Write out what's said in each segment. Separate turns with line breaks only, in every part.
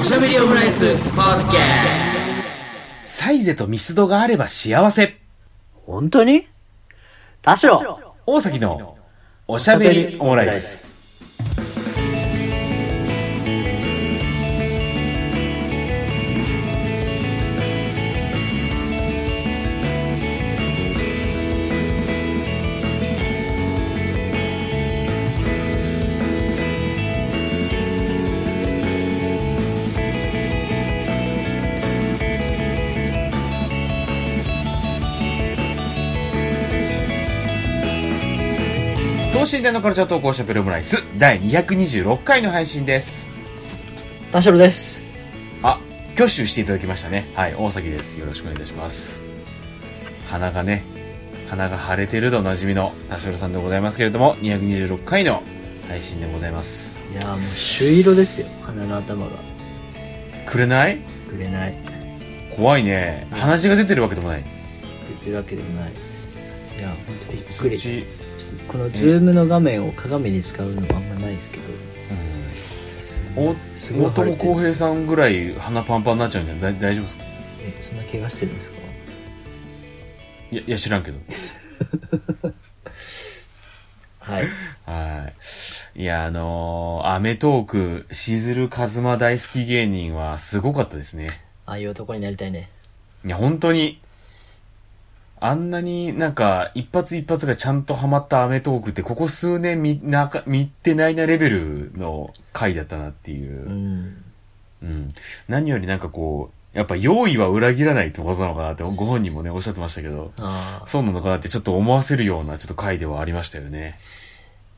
おしゃべりオムライスポッケ
サイゼとミスドがあれば幸せ。
本当に田代
大崎のおしゃべりオムライス。等身大のカルチャー投稿おしゃべりオムライス第226回の配信です。
田代です。
あ、挙手していただきましたね。はい、大崎です。よろしくお願いいたします。鼻がね、鼻が腫れてるでおなじみの田代さんでございますけれども、226回の配信でございます。
いやーもう朱色ですよ。鼻の頭が。
くれない
くれない。
怖いね。鼻血が出てるわけでもない。
言ってるわけでもない。いやー、ほんとびっ
そ
く
っ
り。
ち、うん、
このズームの画面を鏡に使うのはあんまないですけど。
お
す晴
大友
れてる
康平さんぐらい鼻パンパンになっちゃうんじゃないだ大丈夫ですか
え、そんな怪我してるんですか
いやいや知らんけど
はい。
はいいやあのーアメトークしずるかずま大好き芸人はすごかったですね
ああいう男になりたいね。
いや本当にあんなになんか一発一発がちゃんとハマったアメトークってここ数年見なか見てないなレベルの回だったなっていうう、
ん。
うん。何よりなんかこう、やっぱ用意は裏切らないってことなのかなって、ご本人もね、おっしゃってましたけど、
ああ。
そうなのかなってちょっと思わせるようなちょっと回ではありましたよね。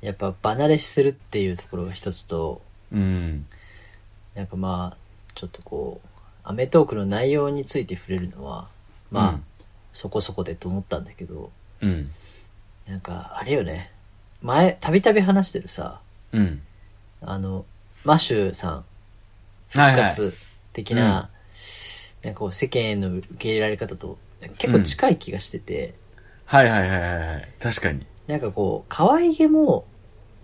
やっぱ離れしてるっていうところが一つと、
うん。
なんかまあ、ちょっとこう、アメトークの内容について触れるのは、まあ、
うん
そこそこでと思ったんだけど、
うん。
なんか、あれよね。前、たびたび話してるさ、
うん。
あの、マシューさん、
はい
復
はい
活的な、
うん
なんかこう、世間への受け入れられ方と、結構近い気がしてて、
はいはいはいはいはい。確かに。
なんかこう、可愛げも、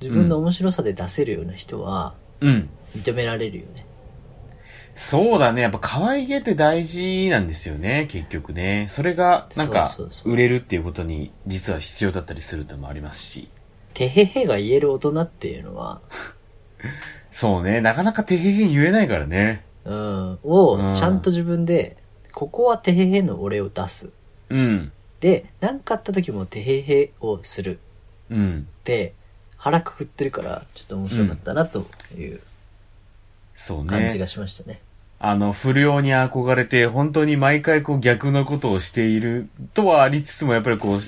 自分の面白さで出せるような人は、
うん。
認められるよね。
そうだね。やっぱ可愛げって大事なんですよね、結局ね。それが、なんか
そうそう、そう
売れるっていうことに実は必要だったりするってのもありますし。
てへへが言える大人っていうのは、
そうね。なかなかてへへ言えないからね。
うん、
う
を
ん
ちゃんと自分で、ここはてへへの俺を出す。
うん。
で、何かあった時もてへへをする
うん。
って、腹くくってるから、ちょっと面白かったなという
そうね。
感じがしましたね。
あの、不良に憧れて、本当に毎回こう逆のことをしているとはありつつも、やっぱりこう、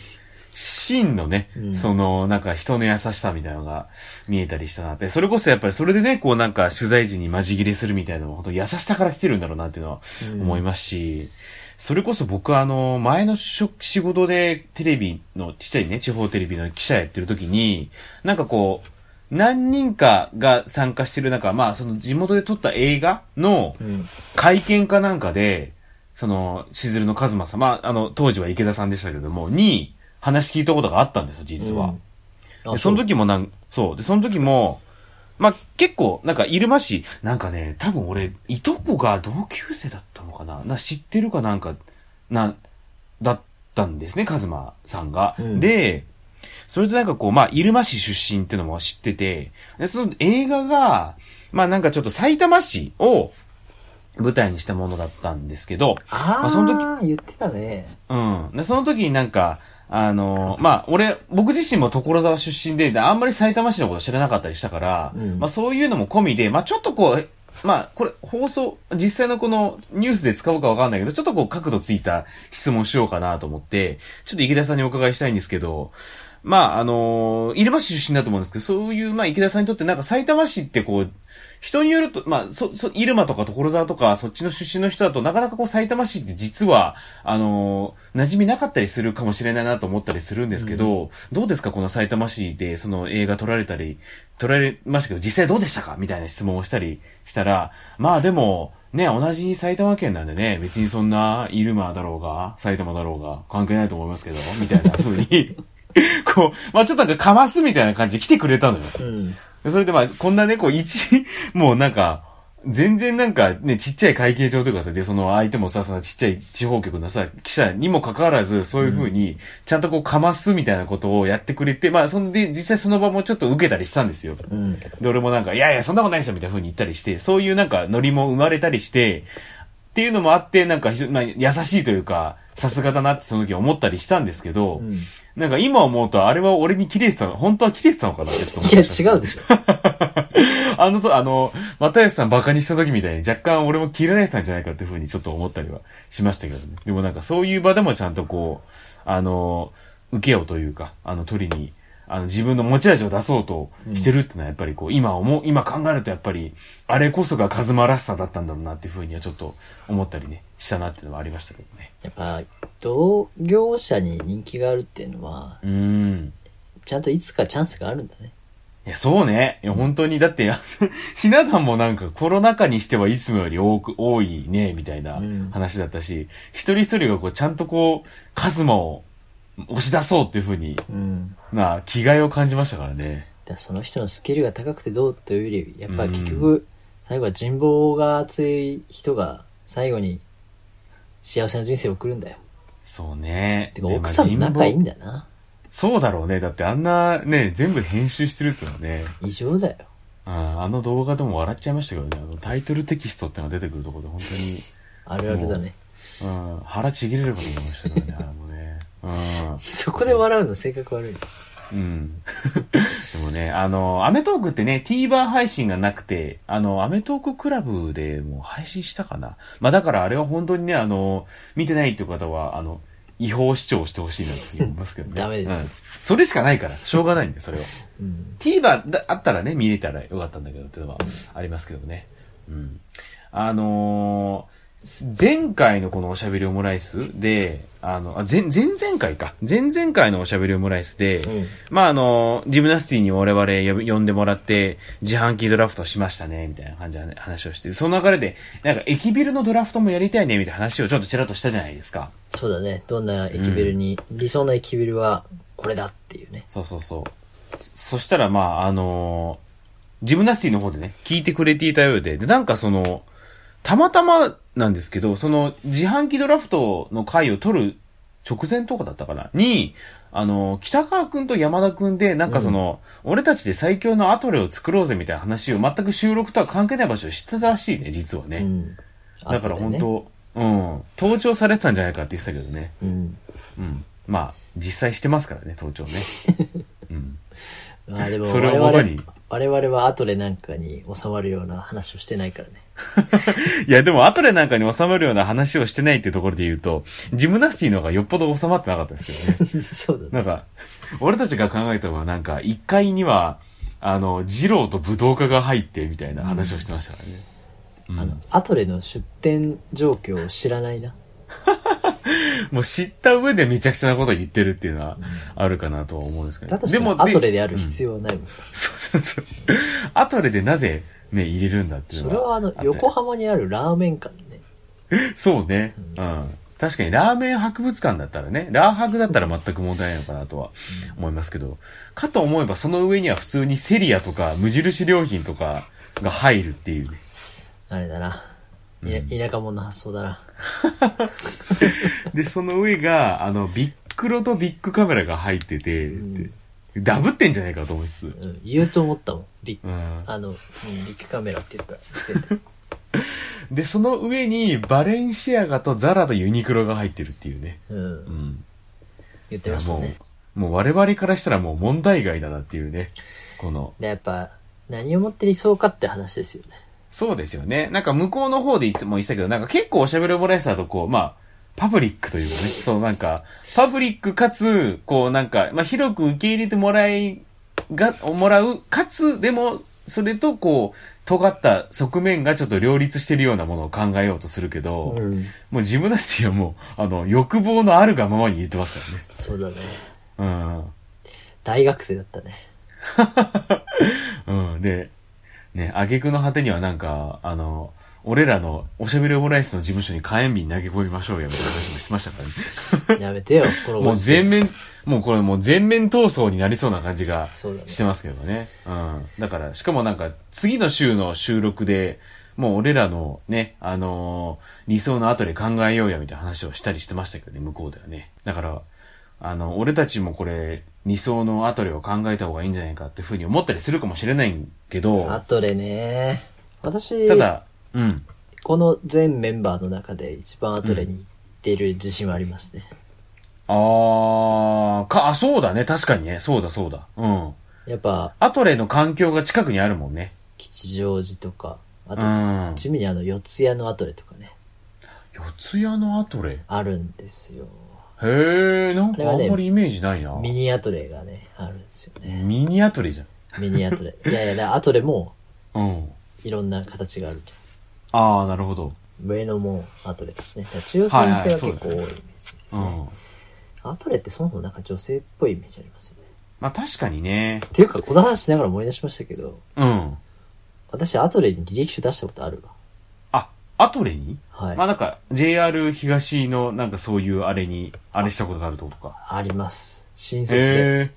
真のね、
うん
その、なんか人の優しさみたいなのが見えたりしたなって、それこそやっぱりそれでね、こうなんか取材時に混じ切れするみたいなのも、本当優しさから来てるんだろうなっていうのは
うん
思いますし、それこそ僕はあの、前の職仕事でテレビの、ちっちゃいね、地方テレビの記者やってる時に、なんかこう、何人かが参加してる中、まあその地元で撮った映画の、
うん。
会見かなんかで、その、しずるの和馬さん、まあ、あの、当時は池田さんでしたけども、に、話聞いたことがあったんですよ、実は。
うん。
で
あ
その時もなん、そう。で、その時も、まあ、結構、なんか、入間市、なんかね、多分俺、いとこが同級生だったのかな、な知ってるかなんか、な、だったんですね、カズマさんが。
うん
で、それでなんかこう、まあ、入間市出身ってのも知ってて、でその映画が、まあなんかちょっと埼玉市を舞台にしたものだったんですけど、
あ
ま
あ、
あ
そ
そ
の
の
時。言ってたね。
うん。で、その時になんか、あのーまあ、俺、僕自身も所沢出身で、であんまり埼玉市のこと知らなかったりしたから、
うん
まあ、そういうのも込みで、まあ、ちょっとこう、まあ、これ、放送、実際のこのニュースで使うかわかんないけど、ちょっとこう角度ついた質問しようかなと思って、ちょっと池田さんにお伺いしたいんですけど、まあ、あのー、入間市出身だと思うんですけど、そういう、まあ、池田さんにとってなんか埼玉市ってこう、人によると、まあ、そ、そ、入間とか所沢とか、そっちの出身の人だとなかなかこう埼玉市って実は、あのー馴染みなかったりするかもしれないなと思ったりするんですけど、どうですかこの埼玉市でその映画撮られたり、撮られましたけど、実際どうでしたかみたいな質問をしたりしたら、まあでも、ね、同じ埼玉県なんでね、別にそんな入間だろうが、埼玉だろうが、関係ないと思いますけど、みたいな風 に、こう、まあちょっとなんかかますみたいな感じで来てくれたのよ。
うん。
でそれでまあ、こんなね、こう、一、もうなんか、全然なんかね、ちっちゃい会計場とかさ、で、その相手もさ、そのちっちゃい地方局のさ、記者にもかかわらず、そういう風に、ちゃんとこうかますみたいなことをやってくれて、まあ、そんで、実際その場もちょっと受けたりしたんですよ。
うん。
で、俺もなんか、いやいや、そんなことないですよみたいな風に言ったりして、そういうなんかノリも生まれたりして、っていうのもあって、なんか非常に、まあ、優しいというか、さすがだなってその時思ったりしたんですけど、
うん、い
なんか今思うと、あれは俺に切れてたの、本当は切れてたのかなってちょっと思い
や、
ました
違うでしょ。
あのと、あの、又吉さんバカにした時みたいに若干俺も切られてたんじゃないかっていうふうにちょっと思ったりはしましたけどね。でもなんかそういう場でもちゃんとこう、あの、受けようというか、あの、取りに、あの、自分の持ち味を出そうとしてるってのはやっぱりこう、今思う、今考えるとやっぱり、あれこそがカズマらしさだったんだろうなっていうふうにはちょっと思ったりね、したなっていうのはありましたけどね。
やっぱ、同業者に人気があるっていうのは、
うーん。
ちゃんといつかチャンスがあるんだね。
いや、そうね。いや、本当に。だって、 ひな壇もなんかコロナ禍にしてはいつもより多く、多いね、みたいな
うん
話だったし、一人一人がこう、ちゃんとこう、カズマを押し出そうっていうふうに、
うん。
なあ、気概を感じましたからね。
だからその人のスキルが高くてどうというより、やっぱ
うん
結局、最後は人望が厚い人が最後に幸せな人生を送るんだよ。
そうね。
てか
で
奥さんと仲いいん。
まあ人望
だな。
そうだろうね。だってあんなね、全部編集してるってのはね、
異常だよ。
うんあの動画でも笑っちゃいましたけどね、あのタイトルテキストってのが出てくるところで本当に。
あるあるだね。
うん、腹ちぎれるかと思いましたけどね、あれもね。うん。
そこで笑うの性格悪い。
うん。 でもね、あの、アメトークってね、TVer 配信がなくて、あの、アメトーククラブでもう配信したかな。まあだからあれは本当にね、あの、見てないっていう方は、あの、違法視聴してほしいなって思いますけど ね。
ダメです
うん。それしかないから、しょうがないんで、それは。
うん。
TVer だあったらね、見れたらよかったんだけどっていうのはありますけどね。うん。あのー前回のこのおしゃべりオムライスで、あの、あ前、前々回か。前々回のおしゃべりオムライスで、
うん
まあ、あの、ジムナスティに我々呼び呼んでもらって、自販機ドラフトしましたね、みたいな感じの話をして、その流れで、なんか駅ビルのドラフトもやりたいね、みたいな話をちょっとちらっとしたじゃないですか。
そうだね。どんな駅ビルに、理想の駅ビルはこれだっていうね。
そうそうそう。そそしたら、まあ、あのージムナスティの方でね、聞いてくれていたようで、で、なんかその、たまたまなんですけど、その、自販機ドラフトの回を取る直前とかだったかなに、あのー北川くんと山田くんで、なんかその、俺たちで最強のアトレを作ろうぜみたいな話を全く収録とは関係ない場所を知ってたらしいね、実はね。
うん。
だから本
後
当、うん、盗聴されてたんじゃないかって言ってたけどね。
でね。
うん。まあ、実際してますからね、盗聴ね。うん。
うん。まあでも
それ
我
を
々
元に、
我々はアトレなんかに収まるような話をしてないからね。
いや、でも、アトレなんかに収まるような話をしてないっていうところで言うと、ジムナスティの方がよっぽど収まってなかったですけどね。
そうだね。
なんか、俺たちが考えたのは、なんか、1階には、あの、二郎と武道家が入って、みたいな話をしてましたからね。うん
あの、アトレの出店状況を知らないな。
もう知った上でめちゃくちゃなことを言ってるっていうのは、あるかなとは思うんですけど。
だとしたら
でも
アトレである必要はないもん。
そうそうそう。アトレでなぜ、ね、入れるんだっていう
そ
の
れはあの
って、
横浜にあるラーメン館ね。
そうね。うん。確かにラーメン博物館だったらね、ラー博だったら全く問題ないのかなとは思いますけど、かと思えばその上には普通にセリアとか無印良品とかが入るっていう。
あれだな。いな田舎者の発想だな。
で、その上が、あの、ビックロとビックカメラが入ってて、ってダブってんじゃないかと思いつつ。
うん、言うと思ったもん。ビッ、
うん。
あの、うんビッグカメラって言ったして た。
で、その上にバレンシアガとザラとユニクロが入ってるっていうね。
う、
うんん。
言ってましたね。
もう、もう我々からしたらもう問題外だなっていうね。この、
で、やっぱ、何をもって理想かって話ですよね。
そうですよね。なんか向こうの方で言っても言ってたけど、なんか結構おしゃべりオムライスだとこう、まあ、パブリックというかね、そうなんか、パブリックかつ、こうなんか、まあ広く受け入れてもらい、が、もらう、かつ、でも、それとこう、尖った側面がちょっと両立してるようなものを考えようとするけど、
うん。
もうジムナスティはもう、あの、欲望のあるがままに言ってますか
そうだね。
らね。
大学生だったね。
うん。うん。で、ね、挙句の果てにはなんか、あの、俺らのおしゃべりオムライスの事務所に火炎瓶投げ込みましょうよ、みたいな話もしてましたからね。
やめて よ、この
もう
ご時世
全面、もうこれもう全面闘争になりそうな感じが
そうだね
してますけどね。うん。だから、しかもなんか、次の週の収録で、もう俺らのね、あのー理想の後で考えようやみたいな話をしたりしてましたけどね、向こうではね。だから、あの、俺たちもこれ、理想の後でを考えた方がいいんじゃないかっていうふうに思ったりするかもしれないけ
あ
ど、
とでね、私、
ただ、うん。
この全メンバーの中で一番アトレに行っている自信はありますね。
あー、か、あ、そうだね、確かにね、そうだそうだ。うん。
やっぱ、
アトレの環境が近くにあるもんね。
吉祥寺とか、あ
う
と、
ん。
地味にあの、四谷のアトレとかね、
四谷のアトレ
あるんですよ。
へえ、なんかあ
あれは
ん
ね
まりイメージないな。
ミニアトレがね、あるんですよね。
ミニアトレじゃん。
ミニアトレ。いやいやだから、アトレも
うん。
いろんな形があるじ
ああ、なるほど。
ゃん。上野もアトレだしね。だから中産性は結構多いイメージです
う
ね。
ん。
アトレってそもそもなんか女性っぽいイメージありますよね。
まあ確かにね。
っていうか、この話しながら思い出しましたけど、
うん。
私アトレに履歴書出したことあるわ。
あ、アトレに
はい。
まあなんか、JR 東のなんかそういうあれに、あれしたことがあるってことか。
あります。新卒で。
へえ。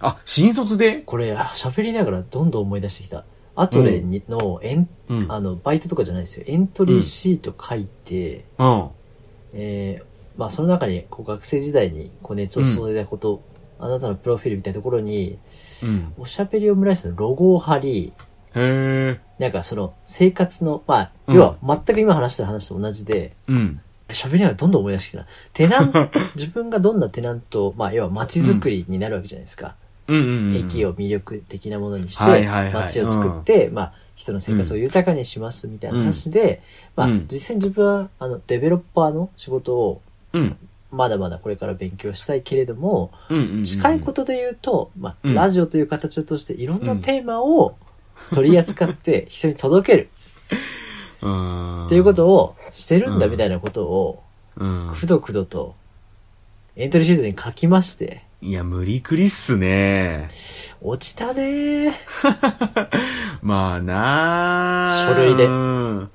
あ、新卒で
これ、あ喋りながらどんどん思い出してきた。アトレにのエン、
うん。
あの、バイトとかじゃないですよ。エントリーシート書いて、
うん。
えーまあその中に、こう学生時代にこう熱を注いだこと、あなたのプロフィールみたいなところに、
うん。
おしゃべりオムライスのロゴを貼り、
へえ。
なんかその生活の、まあ、
うん
要は全く今話してる話と同じで、
うん。
喋りながらどんどん思い出してきたな。テナ ン、自分がどんなテナントを、まあ要は街づくりになるわけじゃないですか。
うんうんうん。
駅を魅力的なものにして、
はいはいはい
街を作って、まあ、人の生活を豊かにしますみたいな話で、
うん
ま
う
あ
ん、
実際に自分は、あの、デベロッパーの仕事を、
うん。
まだまだこれから勉強したいけれども、
うんうんうん。
近いことで言うと、まあ、
うん
ラジオという形を通していろんなテーマを取り扱 って人に届ける
と。うん。
っていうことをしてるんだ
うん
みたいなことを、
うん。
くどくどと、エントリーシーズンに書きまして、
いや、無理くりっすね。
落ちたねー。
まあなあ
書類で
うん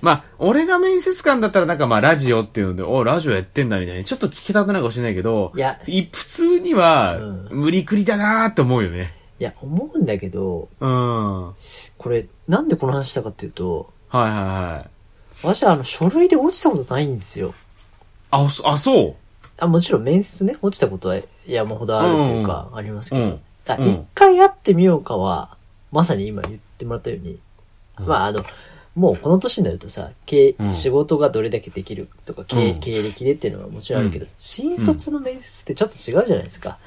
まあ、俺が面接官だったらなんかまあラジオっていうので、おラジオやってんだみたいに、ちょっと聞けたくないかもしれないけど、
いや
い普通には
うん、
無理くりだなーって思うよね。
いや、思うんだけど、
うん。はい
これ、なんでこの話したかっていうと、
はいはい。
私はあの、書類で落ちたことないんですよ。
あ、そあ、そう
あ、もちろん面接ね、落ちたことは山ほどあるというか、ありますけ
う
ど
ん。
だ
うん
一回会ってみようかは、まさに今言ってもらったように、
うん
まああの、もうこの年になるとさ、経
うん
仕事がどれだけできるとか、経
うん
経歴でっていうのはもちろんあるけど
う、
新卒の面接ってちょっと違うじゃないですか。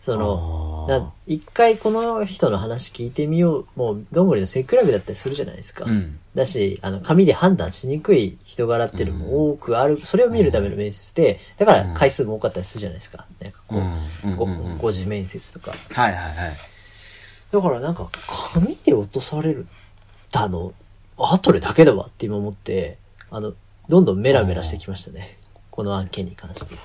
その、
あー
な一回この人の話聞いてみよう、もう、どんぐりの背比べだったりするじゃないですか。
うん。
だし、あの、紙で判断しにくい人柄っていうのも多くある、それを見るための面接で、だから回数も多かったりするじゃないですか。なんかこ
うんうん
う、
うんうん
5次面接とか。
はいはいはい。
だからなんか、紙で落とされる、あの、アトレだけだわって今思って、あの、どんどんメラメラしてきましたね。この案件に関して。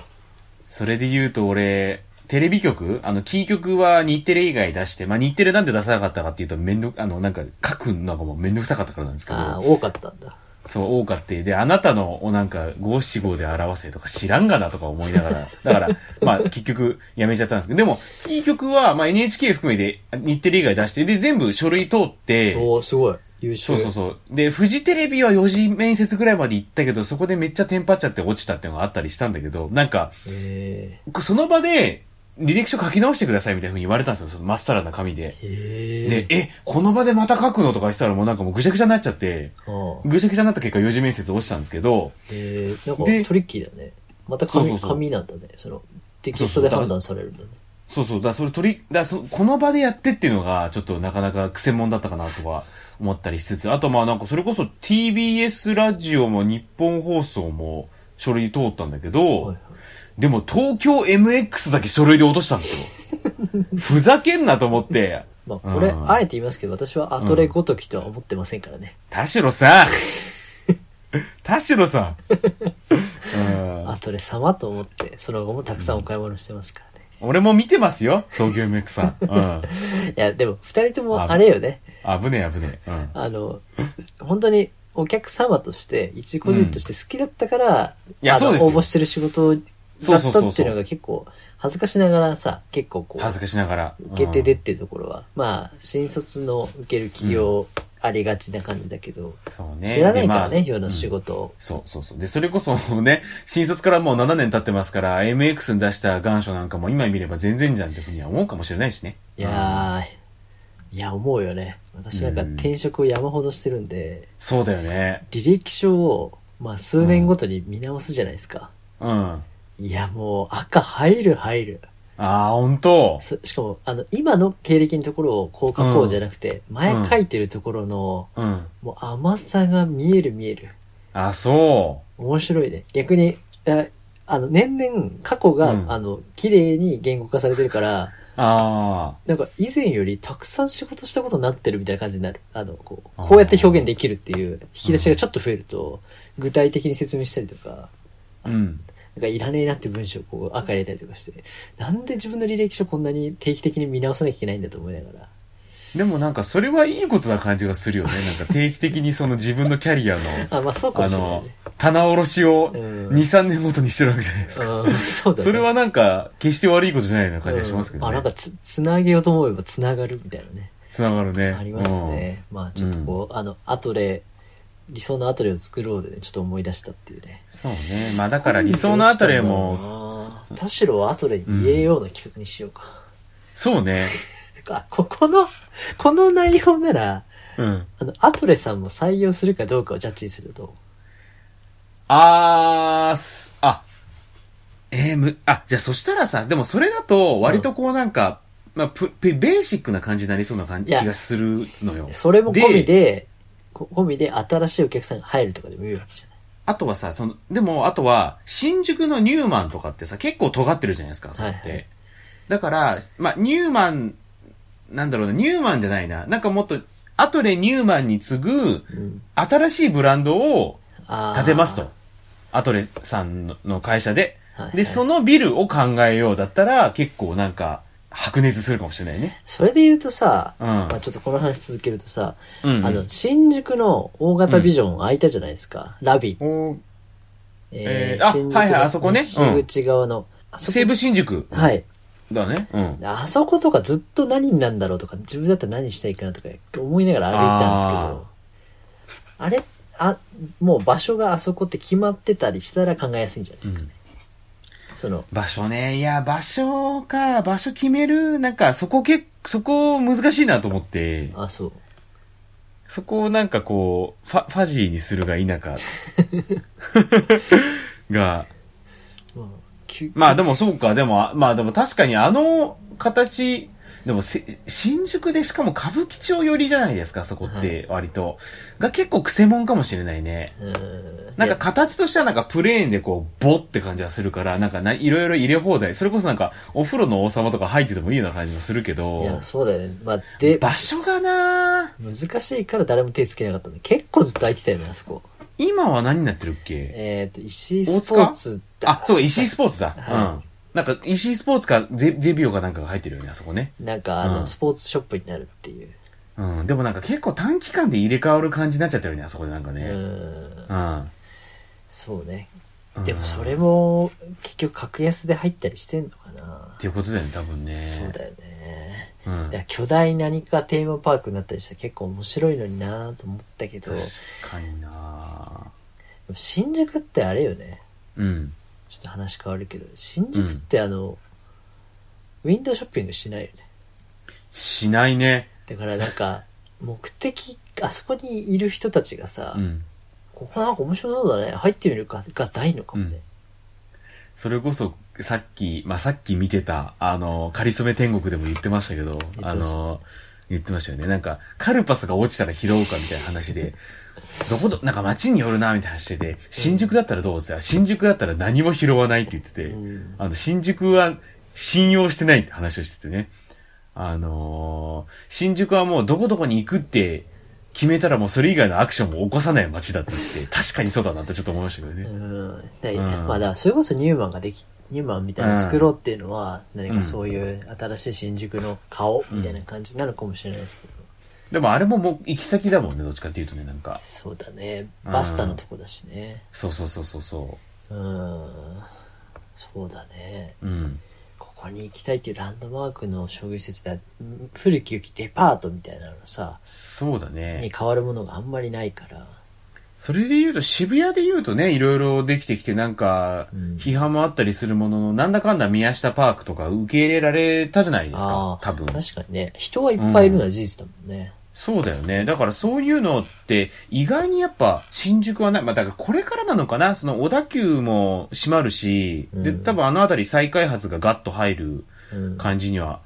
それで言うと俺、テレビ局あの、キー局は日テレ以外出して、まあ日テレなんで出さなかったかっていうとめんどく、あの、なんか書くのがもうめんどくさかったからなんですけど。
ああ、多かったんだ。
そう、多かって。で、あなたの、おなんか、五七五で表せとか知らんがなとか思いながら。だから、 まあ、結局、やめちゃったんですけど。でも、いい曲は、まあ、NHK 含めて、日テレ以外出して、で、全部書類通って、
おおすごい。優
そ
秀。
うそうそう。で、フジテレビは4時面接ぐらいまで行ったけど、そこでめっちゃテンパっちゃって落ちたっていうのがあったりしたんだけど、なんか、
へ
その場で、履歴書書き直してくださいみたいな風に言われたんですよ。そのまっさらな紙で。
え。へえ。
で、え、この場でまた書くのとかしたらもうなんかもうぐちゃぐちゃになっちゃって、
ああ
ぐちゃぐちゃになった結果4時面接落ちたんですけど、
えー、なん
で
かトリッキーだね。また紙
そうそうそう
紙なんだね。その、テキストで
そうそう
判断されるんだね。
そうそう。だからそれ取り、だからそこの場でやってっていうのが、ちょっとなかなか癖もんだったかなとか思ったりしつつ、あとまあなんかそれこそ TBS ラジオも日本放送も書類通ったんだけど、
はいはい
でも東京 MX だけ書類で落としたんです よ。ふざけんなと思って。
まあ、これ、
うん
あえて言いますけど、私はアトレごときとは思ってませんからね。
田 代さん田代さん、うん
アトレ様と思って、その後もたくさんお買い物してますからね。
俺も見てますよ、東京 MX さん。
いや、でも、二人ともあれよね。
うん、危ねえ危ねえ。うん
あの、本当に、お客様として、一個人として好きだったから、
いや
あの
そうですよ
応募してる仕事だ
そう
っ
そうそうそ
た
う
っていうのが結構、恥ずかしながらさ、結構こう、
恥ずかしながら。
受け手でっていうところは、まあ、新卒の受ける企業ありがちな感じだけど、
そうね。
知らない
で
か
ま
ら
あ
ね、世の仕事を。
そうそうそう。で、それこそね、新卒からもう7年経ってますから、MX に出した願書なんかも今見れば全然じゃんってふうには思うかもしれないしね。
いやー、いや、思うよね。私なんか
うん
転職を山ほどしてるんで、
そうだよね。
履歴書を、まあ、数年ごとに見直すじゃないですか。
うん。あ
いや、もう、赤入る入る。
あ、本当
そしかも、あの、今の経歴のところをこう書こうじゃなくて、前書いてるところの、
うん。
もう甘さが見える見える。
あ、そ
面白いね。逆に、ああの、年々過去が、
うん
あの、綺麗に言語化されてるから、
う。あ
なんか以前よりたくさん仕事したことになってるみたいな感じになる。あの、こ
あ
う、
ー
こうやって表現できるっていう引き出しがちょっと増えると、具体的に説明したりとか、
あ。うん。
なんかいらねえなって文章をこう赤入れたりとかして、なんで自分の履歴書こんなに定期的に見直さなきゃいけないんだと思いながら。
でもなんかそれはいいことな感じがするよね。なんか定期的にその自分のキャリアの、
あ、まあ そうかも
あ
しれない
の
ね。、
棚卸しを
う
2、
ん
3年ごとにしてるわけじゃないですか。
うんそうだね。
それはなんか、決して悪いことじゃないような感じがしますけ
う
ど
んあ、なん
ね
か。つ、つなげようと思えばつながるみたいなね。
つながるね。
ありますね。まあちょっとこう、あの、アトレ、理想のアトレを作ろうでね、ちょっと思い出したっていうね。
うん。そうね。まあだから理想のあたりも、
あー。田代はアトレに言えようの企画にしようか。
そうね。
あ、ここの、この内容なら、
うん。
あの、アトレさんも採用するかどうかをジャッジすると。
あーす、あ、えー、む、あ、じゃあそしたらさ、でもそれだと、割とこうなんか、まあ、プ、ペベーシックな感じになりそうな感じ
いや
気がするのよ。
それも込みで、こ込みで新しいお客さんが入るとかでもいいわけじゃない。
あとはさ、その、でも、あとは、新宿のニューマンとかってさ、結構尖ってるじゃないですか、それって。
はいはい
だから、まあ、ニューマン、なんだろうな、ニューマンじゃないな。なんかもっと、アトレニューマンに次ぐ、
うん。
新しいブランドを
あー
建てますと。。アトレさんのの会社で。
はいはい
で、そのビルを考えようだったら、結構なんか、白熱するかもしれないね。
それで言うとさ、
うん
まあちょっとこの話続けるとさ、
うんうん
あの、新宿の大型ビジョン空いたじゃないですか。ラビ。
お
え
えーあ
新宿
はいはいあそこね
西口側の。あそこ
西武新宿
はい。
だね。うん。
あそことかずっと何になんだろうとか、自分だったら何したいかなとか思いながら歩いてたんですけど、あれ、あ、もう場所があそこって決まってたりしたら考えやすいんじゃないですかね。その、
場所ね。いや、場所か、場所決める。なんか、そこけ、そこ難しいなと思って、
あ、そう。
そこをなんかこう、ファ、ファジーにするが否か。が、
まあ、きゅ
まあでもそうか、でも、あまあでも確かにあの形、でもせ、新宿でしかも歌舞伎町寄りじゃないですか、そこって割と。が結構癖もんかもしれないね。
うーん
なんか形としてはなんかプレーンでこう、ボって感じがするから、なんかないろいろ入れ放題。それこそなんか、お風呂の王様とか入っててもいいような感じもするけ
いや、
ど、
そうだよね。まあ、で、
場所がな
難しいから誰も手つけなかったんで、結構ずっと空いてたよね、あそこ。
今は何になってるっけ
えっ、と、石井ス
大塚
ポーツって
あ、そう、石井スポーツだ。
は
うん。なんか、石井スポーツかゼ、ゼビオかなんかが入ってるよね、あそこね。
なんか、あの、
うん
スポーツショップになるっていう。
うん。でもなんか結構短期間で入れ替わる感じになっちゃってるね、あそこでなんか
う
ね。
ん。
うん。
そうね。
うん
でもそれも、結局格安で入ったりしてんのかな
っ。ていうことだよね、多分ね。
そうだよね。
うん。
だから巨大何かテーマパークになったりしたら結構面白いのになぁと思ったけど、で
確かにな
も新宿ってあれよね。
うん。
ちょっと話変わるけど、新宿ってあの、ウィンドウショッピングしないよね。
しないね。
だからなんか、目的、あそこにいる人たちがさ、
うん。
ここなんか面白そうだね。入ってみるか、がないのかもね。
それこそ、さっき、まあ、さっき見てた、あの、かりそめ天国でも言ってましたけど、
ました
あの、言ってましたよね。なんか、カルパスが落ちたら拾うかみたいな話で、どこど、なんか街によるな、みたいな話してて、新宿だったらどうって言ったら新宿だったら何も拾わないって言ってて、
うん
あの、新宿は信用してないって話をしててね。あのー新宿はもうどこどこに行くって決めたらもうそれ以外のアクションを起こさない街だったって、確かにそうだなってちょっと思いましたけどね。
うん。だ
うん
まあだからそれこそニューマンができ、ニューマンみたいなの作ろうっていうのは、何かそういう新しい新宿の顔みたいな感じなのかもしれないですけど。
でもあれももう行き先だもんね、どっちかっていうとね、なんか。
そうだね。バスタのとこだしね。
そうそうそうそうそ
うん。そうだね。
う。うん。
こここに行きたいっていうランドマークの商業施設だ古き良きデパートみたいなのさ
そうだ
に
ね。
変わるものがあんまりないから
それで言うと、渋谷で言うとね、いろいろできてきて、なんか
うん、
批判もあったりするものの、なんだかんだ宮下パークとか受け入れられたじゃないです
あ
か
あ。
多分。
確かにね人はいっぱいいるのは事実だもんね、
そうだよね。だからそういうのって、意外にやっぱ新宿はない。まあだからこれからなのかなその小田急も閉まるし、で、
うん
多分あの辺り再開発がガッと入る
うん
感じには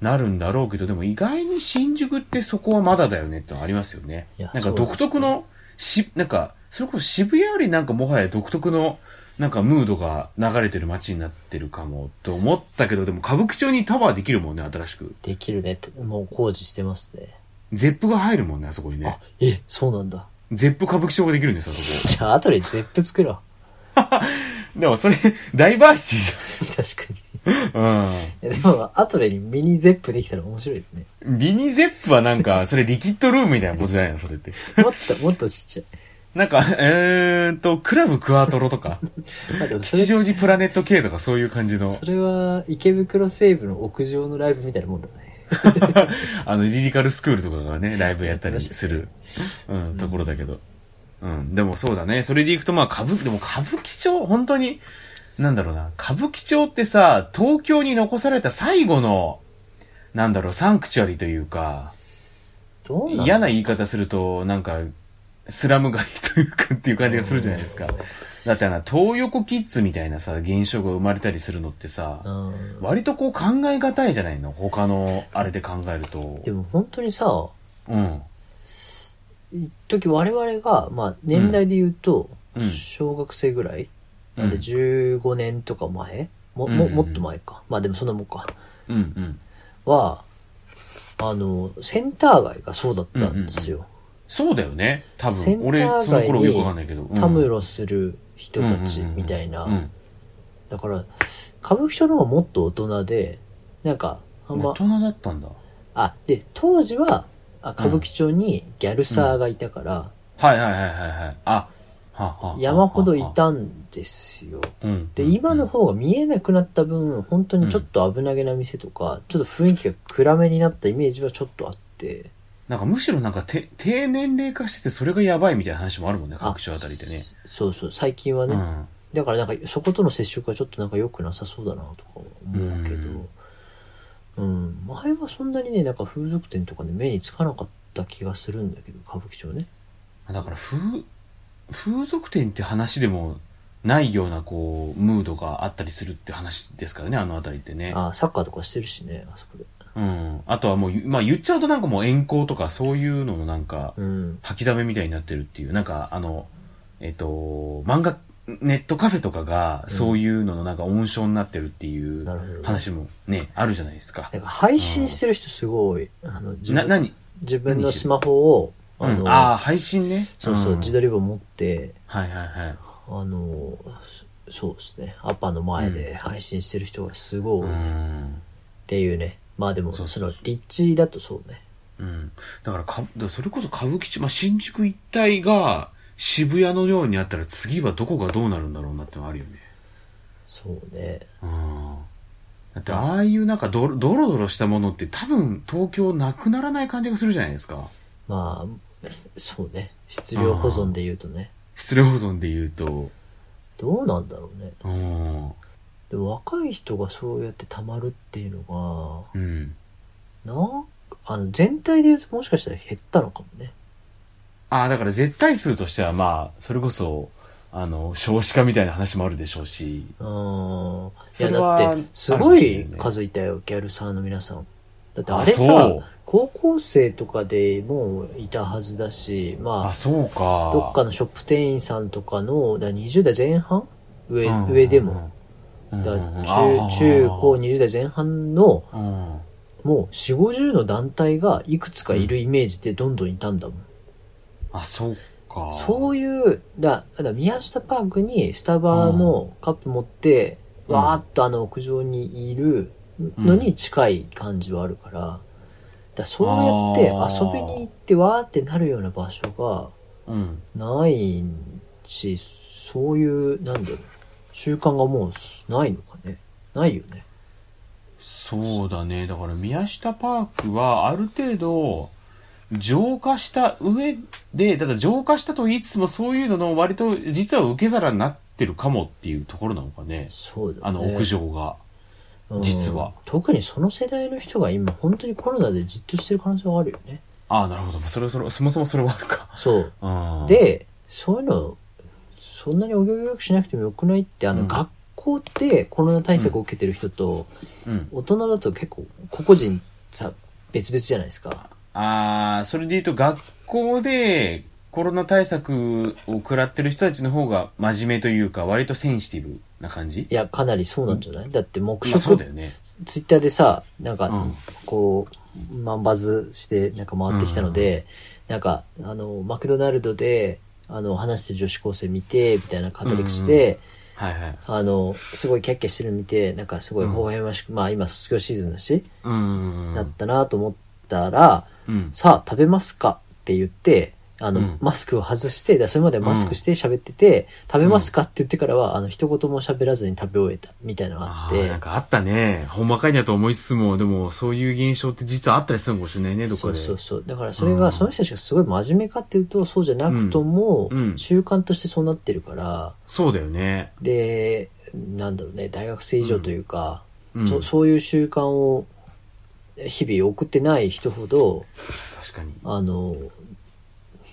なるんだろうけど、でも意外に新宿ってそこはまだだよねってのありますよね
いや。
なん
そう
か
ですね
独特の、し、なんか、それこそ渋谷よりなんかもはや独特の、なんかムードが流れてる街になってるかもと思ったけど、でも歌舞伎町にタワーできるもんね、新しく。
できるねってもう工事してますね
ゼップが入るもんね、あそこに ね
あ。えそうなんだ
ゼップ歌舞伎町ができるんですよ、そ
じゃあ後でゼップ作ろう
こ。でもそれ、ダイバーシ
確かに
ティじゃん。
でも後でミニゼップできたら面白いよね
うん。ビニゼップはなんか、それリキッドルームみたいなことじゃないの、それって。
もっともっとちっちゃい
なんか、えーと、クラブクワトロとか、
まあでもそれ
吉祥寺プラネット K とかそういう感じの、
それは池袋西部の屋上のライブみたいなもんだね
あの、リリカルスクールとかがね、ライブやったりする、うん、ところだけど。うん、でもそうだね。それでいくと、まあ、歌舞伎、でも歌舞伎町、本当に、なんだろうな、歌舞伎町ってさ、東京に残された最後の、なんだろう、サンクチュアリというか、
どうなんだ
嫌な言い方すると、なんか、スラム街というかっていう感じがするじゃないですか。だってあの、東横キッズみたいなさ、現象が生まれたりするのって
う
さ、
ん
割とこう考え難いじゃないの他の、あれで考えると
で。も本当にさ
うん。
一時我々がまあ年代で言うと
うん
小学生ぐらい、
うん
なんで15年とか前も
う
も
ん
もっと前かまあでもそんなもんか
うんうん。
はあのセンター街がそうだったんですよ、
そうだよね。多
セン
分。
ター
俺、その頃
街に
よくわかんないけど。うん
たむろする人たちみたいな、
うん。
だから歌舞伎町の方がもっと大人でなんかあん
大
ま
人だったんだ。
あで当時はあ歌舞伎町にギャルサーがいたから、
はいはいはいはいはい。あ、はあはあはあ
山ほどい。たんですよ、
うん。
で
うん
今の方が見えなくなった分本当にちょっと危なげな店とか、ちょっと雰囲気が暗めになったイメージはちょっとあって
なんかむしろなんかて低年齢化しててそれがやばいみたいな話もあるもんね、
あ
各所あたりでね。
そうそう最近はね、
うん。
だからなんかそことの接触はちょっとなんか良くなさそうだなとか思うけどうん、前はそんなにねなんか風俗店とかで目につかなかった気がするんだけど歌舞伎町ね
だから風、風俗店って話でもないようなこう、ムードがあったりするって話ですからね、あのあたりってね。
あサッカーとかしてるしねあそこで
うん。あとはもう、まあ言っちゃうとなんかもう遠行とかそういうののなんか、
うん
吐きだめみたいになってるっていう、なんかあの、えっと、漫画、ネットカフェとかが、そういうののなんか温床になってるっていう
なるほど
話もね、あるじゃないですか
な。んか配信してる人すごいあの自
な、
分
何
自分のスマホをあ
う
の、
ん、ああ、配信ね。
そうそう、
ん
自撮り棒持って
はいはいはい。
あのそうですねアッパーの前で配信してる人がすごい、
う
ね
ん。
っていうねまあでも
そう
そ
そう
の立地だとそうね
うん。だからか、だからそれこそ歌舞伎町、まあ、新宿一帯が渋谷のようにあったら次はどこがどうなるんだろうなってのあるよね。
そうね
うん。だってああいうなんかドロドロドロしたものって多分東京なくならない感じがするじゃないですか。
まあ、そうね。質量保存で言うとね。
質量保存で言うと。
どうなんだろうね。
うん。
でも若い人がそうやって溜まるっていうの
うん。
が、なあの、全体で言うともしかしたら減ったのかもね。
ああ、だから絶対数としてはまあ、それこそ、あの、少子化みたいな話もあるでしょうし。
う
そ
ん。い
れ
や、
は
だって、すご
あるかもしれ
い
ない
数いたよ、ギャルサーの皆さん。だって
あ
あれ
そ
さ
う、
高校生とかでもういたはずだし、
あ、
ま
そう
あ、
か。
どっかのショップ店員さんとかの、だから20代前半上、
うん
上でも。。
うん
だ
う
か
ん
ら
うん
中、中高。
あー
20代前半の、
うん
もう4、50の団体がいくつかいるイメージでどんどんいたんだもん。
あ、そうか。
そういう、だ、だから宮下パークにスタバのカップ持って、
うん
わーっとあの屋上にいるのに近い感じはあるから、だからそうやって遊びに行ってわーってなるような場所
うん。
がないし、そういう、なんだろう、習慣がもうないのかね。ないよね。
そうだね。だから宮下パークはある程度浄化した上で、ただ浄化したと言いつつもそういうのの割と実は受け皿になってるかもっていうところなのかね。
そうだね。
あの屋上が。
うん
実は
特にその世代の人が今本当にコロナでじっとしてる可能性があるよね。
ああ、なるほど。それそれ、そもそもそれはあるか。
そう。
うん、
で、そういうの、そんなにお行儀よくしなくてもよくないって、あの、
うん
学校でコロナ対策を受けてる人と、
うん。
大人だと結構、個々人さ、別々じゃないですか。
ああ、それで言うと学校でコロナ対策を食らってる人たちの方が真面目というか、割とセンシティブな感じ
いや、かなりそうなんじゃない、だって、黙
まあ、そ
食
うだ、よね。
ツイッターでさ、なん
う
か、
ん。
こう、マンバズして、なんか回ってきたので、なんか、あの、マクドナルドで、あの、話してる女子高生見て、みたいな語り口で、
はいはい。
あの、すごいキャッキャしてるの見て、なんかすごい微笑ましく、まあ今卒業シーズンだし、
うん。
だったなと思ったら、
うん。
さあ食べますかって言って、あの、
うん
マスクを外して、だからそれまでマスクして喋ってて、食べますかって言ってからは、あの、一言も喋らずに食べ終えた、みたいなのがあ
あ
っ
ー
て
なん、かあったね。ほんまかいなと思いつつも、でもそういう現象って実はあったりするのかもしれないね、どこ
そう
かで。
そうそう。だからそれ
う
が、
ん
その人たちがすごい真面目かっていうと、そうじゃなくとも
うんう、ん
習慣としてそうなってるから、
そうだよね。
で、なんだろうね、大学生以上というか、
うん。
そそういう習慣を日々送ってない人ほど
確かに。
あの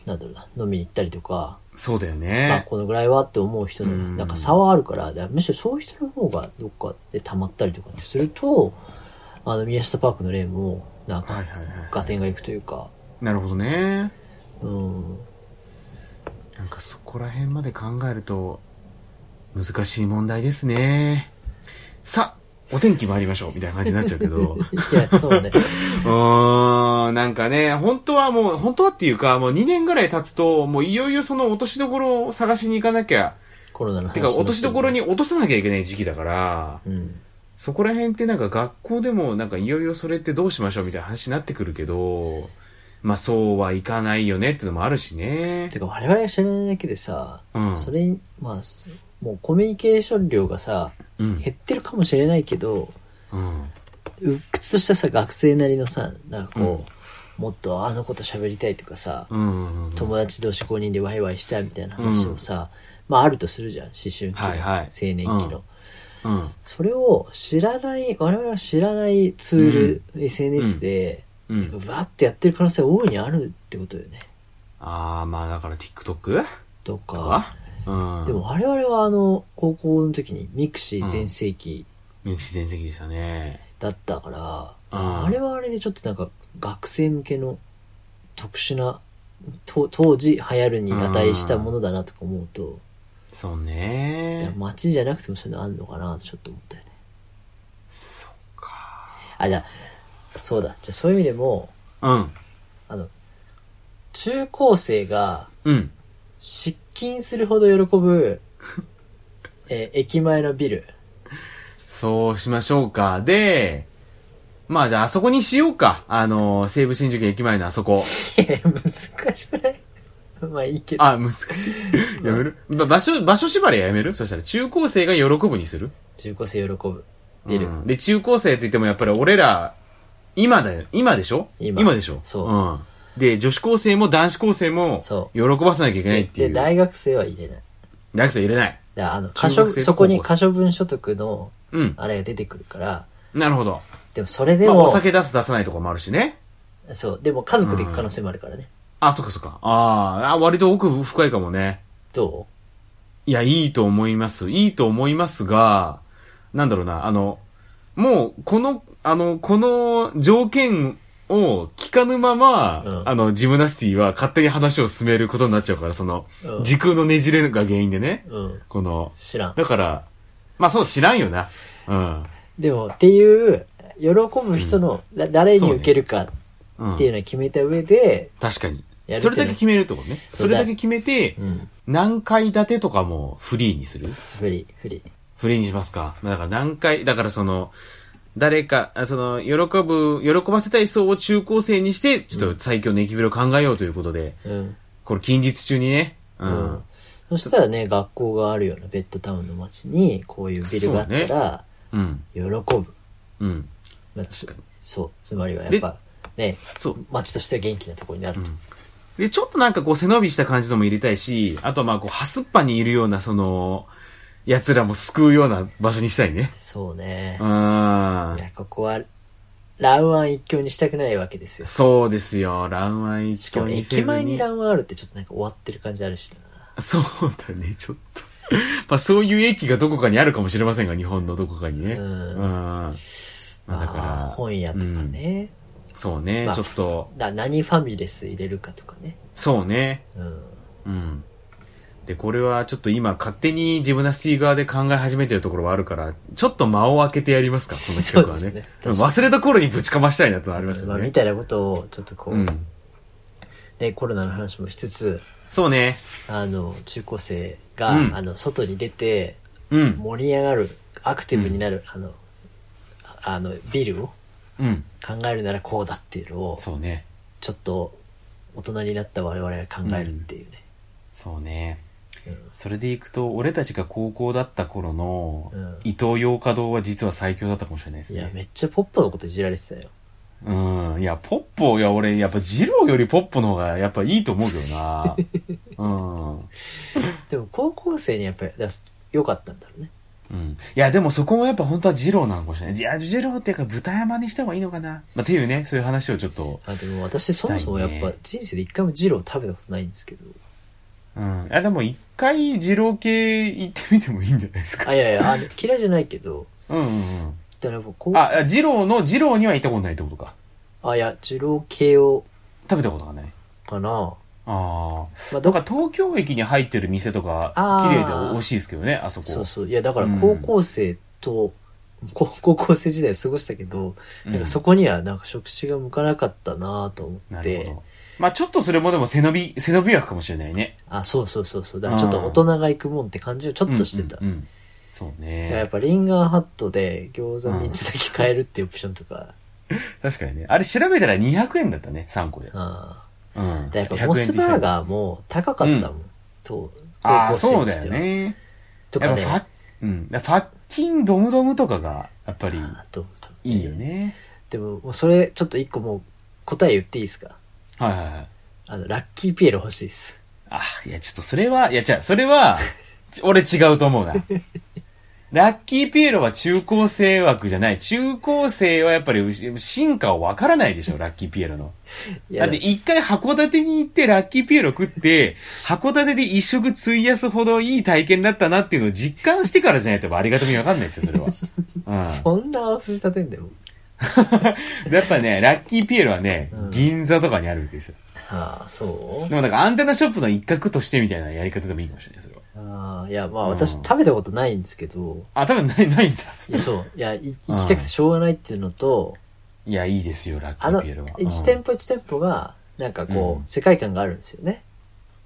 なんだろうな飲みに行ったりとか、
そうだよ
まあ、
ね。
このぐらいはって思う人の
うん
なんか差はあるからだからむしろそういう人の方がどっかで溜まったりとかってするとあの宮下パークの例もなん
は
か
いはいは
合点がいくというか、
い。なるほどね。
うん、
なんかそこら辺まで考えると、難しい問題ですね。さあ、お天気参りましょう、みたいな感じになっちゃう けど。
いやそうね
うーん、なんかね、本当はもう、本当はっていうか、もう2年ぐらい経つと、もういよいよその落としどころを探しに行かなきゃ、
コロナの話
てか落としどころに、落とさなきゃいけない時期だから、
うん、
そこら辺ってなんか学校でもなんかいよいよそれってどうしましょうみたいな話になってくるけど、まあそうはいかないよねってのもあるしね
て。か我々が知らないだけでさ、
うん
それにまあもうコミュニケーション量がさ
うん。
減ってるかもしれないけど
うん。
鬱屈としたさ学生なりのさなんか
うん
こう、もっとあの子と喋りたいとかさ、
うん。
友達同士5人でワイワイしたいみたいな話をさ、まああるとするじゃん思春期、
はいはい
青年期の、
うんうん。
それを知らない我々は知らないツール、SNS で、
う
なん
ん。
かわってやってる可能性大いにあるってことよね
あー、まあだから TikTok?
と
と
か
かうん。
でも、我々はあの高校の時にミクシー全盛期
自然的でしたね。
だったから、
うん
あれはあれでちょっとなんか学生向けの特殊なと当時流行るに値したものだなとか思うと、
そう
いや
ね。
街じゃなくてもそういうのあんのかなとちょっと思ったよね。
そっか。
あ、じゃあそうだ。じゃあそういう意味でも、
うん。
あの、中高生が
うん。
失禁するほど喜 ぶ、えー駅前のビル。
そうしましょうか。で、まあじゃああそこにしようか。あの、西武新宿駅前のあそこ。
いや難しくないまあいいけど。
あ、難しい。やめる、ば場所、場所縛りはやめるそしたら中高生が喜ぶにする
中高生喜ぶビル。
うんで、中高生って言ってもやっぱり俺ら、今だよ。今でしょ
今
でしょ
そう
うん。で、女子高生も男子高生も、
そ
喜ばせなきゃいけないって
で、
いう。
大学生は入れない。
大学生入れない。
だからあの、
中
可
学
処
生と
そこに
高
可処分所得の、
うん。
あれが出てくるから、
なるほど。
でもそれで
まあ、
も、
お酒出す出さないとかもあるしね。
そう、でも家族で行く可能性もあるからね。
あ、そっかそっか。あーあ、割と奥深いかもね。
ど
いや、いいと思います。いいと思いますが、なんだろうな、あの、もう、この、あの、この条件を聞かぬまま、
うん
あの、ジムナスティは勝手に話を進めることになっちゃうから、その、
うん
時空のねじれが原因でね。
ううん、
この、
知らん。
だから、まあそう、知らんよな。うん。
でも、っていう、喜ぶ人の、だ誰に受けるか
うん
っていうのを決めた上で、
確かに
や。る
それだけ決めるってことね。
そう
それだけ決めて
う、ん、
何階建てとかもフリーにする
フリー、フリー。
フリーにしますか。だから何回、だからその、誰か、あその、喜ぶ、喜ばせたい層を中高生にして、ちょっと最強の駅ビルを考えようということで、
うん。
これ近日中にね、う。
うんん。そしたらね、学校があるようなベッドタウンの街に、こういうビルがあったら、
うん。
喜ぶ。
うん。
まあつそう、つまりはや
で
っぱ、ね、
そう。
街としては元気なところになると。
で、ちょっとなんかこう背伸びした感じのも入れたいし、あとはまあこう、はすっぱにいるような、その、奴らも救うような場所にしたいね。
そうね
う。ーん
い。や、ここは、ラウアン一強にしたくないわけですよ。
そうですよ。ランワン一
しかも
強にせず
駅前にラウアンあるってちょっとなんか終わってる感じあるしな。
そうだね、ちょっと。 まあそういう駅がどこかにあるかもしれませんが、日本のどこかにね。
う
うんん。まあ
ま
だから
あ、、本屋とかね。
うん。そうね、
まあ
ちょっと、
だ何ファミレス入れるかとかね。
そうね。
うん。
うん。で、これはちょっと今勝手に自分のスティー側で考え始めてるところはあるから、ちょっと間を空けてやりますか、この企画は
そう
ね。
ですね
うん忘れた頃にぶちかましたいなとはあります
まあ、
よ
み
ね。
たいなことを、ちょっとこう、
うん。
ね、コロナの話もしつつ、
そうね。
あの、中高生が、
うん
あの、外に出て、
うん。
盛り上がる、アクティブになる、あの、あの、ビルを
うん。
考えるならこうだっていうのを、
そうね。
ちょっと、大人になった我々が考えるっていうね。
そうね。
うん
それでいくと、俺たちが高校だった頃の
うん、
伊東洋華堂は実は最強だったかもしれないです
いや、
ね。
めっちゃポッポのこといじられてたよ。
うん。いや、ポッポ、いや、俺、やっぱ、ジローよりポッポの方が、やっぱいいと思うけ どな。うん。
でも、高校生にやっぱり、だ良かったんだろうね。
うん。いや、でもそこもやっぱ本当は二郎なのかもしれない。いや、二郎っていうか豚山にした方がいいのかな。まあ、っていうね、そういう話をちょっと。
あでも私そもそもやっ
したい
ぱ
ね
人生で一回もジロー食べたことないんですけど。
うん。いや、でも一回二郎系行ってみてもいいんじゃないですか。
あ、いやいや、あの嫌いじゃないけど、
うんうんうん。
だからこう、あ
あ、二郎の二郎には行ったことないってことか。
いや、ジロー系を、
食べたことがない。
かな。
あ
まあ、
あ。な
ど
ん
っ
か
か、
東京駅に入ってる店とか、
あー
綺麗で美味しいですけどね、あそこ。
そうそう。いや、だから高校生と、高高校生時代過ごしたけど、
うん
だからそこにはなんか職種が向かなかったなと思
な
っ
るほ
て
ど、。まあちょっとそれもでも背伸び、背伸び枠かもしれないね。
あ、そうそうそうそう。だからちょっと大人が行くもんって感じをちょっとしてた。
うんうんうんそう
だからやっ
ね。
ぱリンガーハットで餃子3つだけ買えるっていうオプションとか、
確かにね。あれ調べたら200円だったね、3個で。
ああ
うん。
だからやっぱモスバーガーも高かったもん。
う
と高
ああ、
校生
そう
に
だ
して
よ
は。
ね。
と
や
か
っぱ
ね。
ファッ、うん。ファッキンドムドムとかが、やっぱり、
あとと
いいよね。
でも、もうそれ、ちょっと一個もう答え言っていいですか
はいはいはい。
あの、ラッキーピエロ欲しいです。
あ、いや、ちょっとそれは、いや、じゃそれは、 ち俺違うと思うな。ラッキーピエロは中高生枠じゃない。中高生はやっぱりうし進化をわからないでしょ、ラッキーピエロの。
い
だ
や
って、一回函館に行ってラッキーピエロ食って、函館で一食費やすほどいい体験だったなっていうのを実感してからじゃないとありがたみわかんないですよ、それは。うん。
そんなお寿司立てんだよ。
やっぱね、ラッキーピエロはね、
うん
銀座とかにあるわけですよ。
はあ、そう
でもなんかアンテナショップの一角としてみたいなやり方でもいいかもしれない、それは。
ああ、いや、まあ
うん
私食べたことないんですけど、
あ、多分ない、ないんだ。
いや、そう。いや、 い
うん
行きたくてしょうがないっていうのと、
いや、いいですよ、ラッキ
あの、
ーピエロは。
一店舗一店舗が、なんかこう、
うん
世界観があるんですよね。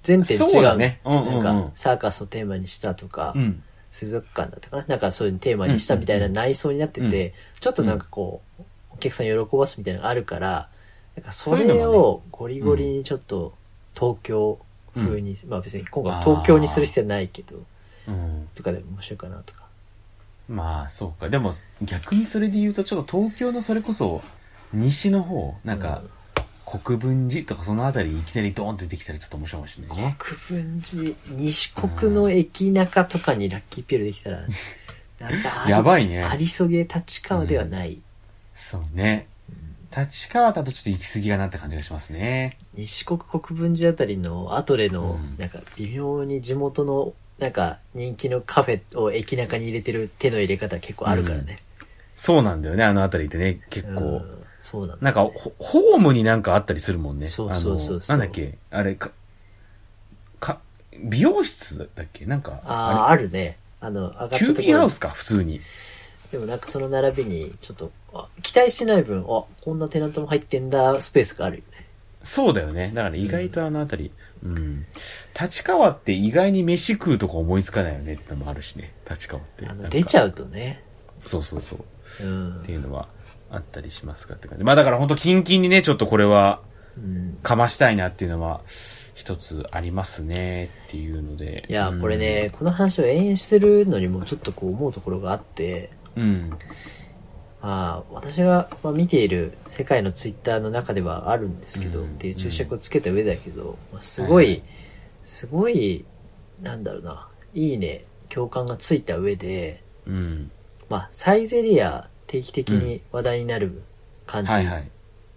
全店違う。
そうだねうんうんうん
なんか、サーカスをテーマにしたとか、
うん。うん。
水族館だったかななんかそういうテーマにしたみたいな内装になってて、
うんうん
ちょっとなんかこう、お客さん喜ばすみたいなのがあるから、なんかそ
そうい
れ
うのも
をゴリゴリにちょっと東京風に、まあ別に今回は
あー
東京にする必要はないけど、
うん。
とかでも面白いかなとか。
まあ、そうか。でも、逆にそれで言うと、ちょっと東京のそれこそ、西の方、なんか、国分寺とかそのあたりいきなりドーンってできたらちょっと面白いかもしれないね。
国分寺、西国の駅中とかにラッキーピエロできたら、 なんかあり、
やばいね
ありそげ立川ではない、
そうね。立川だとちょっと行き過ぎかなって感じがしますね。
西国国分寺あたりのアトレの
うん
なんか微妙に地元のなんか人気のカフェを駅中に入れてる手の入れ方結構あるからね、
そうなんだよね、あのあたりってね、結
うん
構。
そうなんだ
なんか、ほホームになんかあったりするもんね。
そう
あの
そうそうそう
なんだっけあれ、か、か、美容室だっけなんか、
あああるねあの上がった
キュ
と
ー
こ
ピーハ
ろ
ウスか、普通に。
でもなんかその並びにちょっとあ期待してない分あこんなテナントも入ってんだスペースがあるよね
そうだよね。だから意外とあのあたり、うん。立川って意外に飯食うとか思いつかないよねってのもあるしね。立川って。
あ
な
の
んか
出ちゃうとね
そうそうそう。
うん
っていうのはあったりしますかって感じ。まあだから本当キンキンにね、ちょっとこれは
うん
かましたいなっていうのは一つありますねっていうので。
いや
うん
これ。ね、この話を延々してるのにもちょっとこう思うところがあって
うん。
ああ私がまあ見ている世界のツイッターの中ではあるんですけど、
うん
っていう注釈をつけた上だけど、まあすごい、
はい
すごい、なんだろうな、いいね、共感がついた上で、
うん。
まあ、サイゼリア定期的に話題になる感じ
はいはい。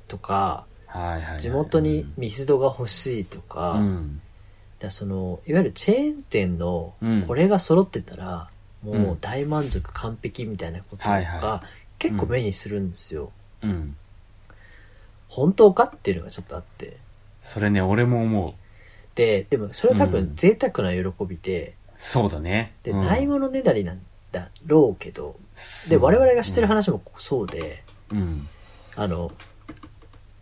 とか、
はいはい。
地元に密度が欲しいとか、
う
だか
ん。
らその、いわゆるチェーン店の
うん
これが揃ってたら、
ん
もう大満足完璧みたいなこと
はいはい
が結構目にするんですよ。
うん。
本当かっていうのがちょっとあって。
それね、俺も思う。
で、でもそれは多
う
分
ん
贅沢な喜びで、
そうだね。
で、
うん
ないものねだりなんだろうけど、
そ
で、
う
我々がしてる話もそうで、
うん。
あの、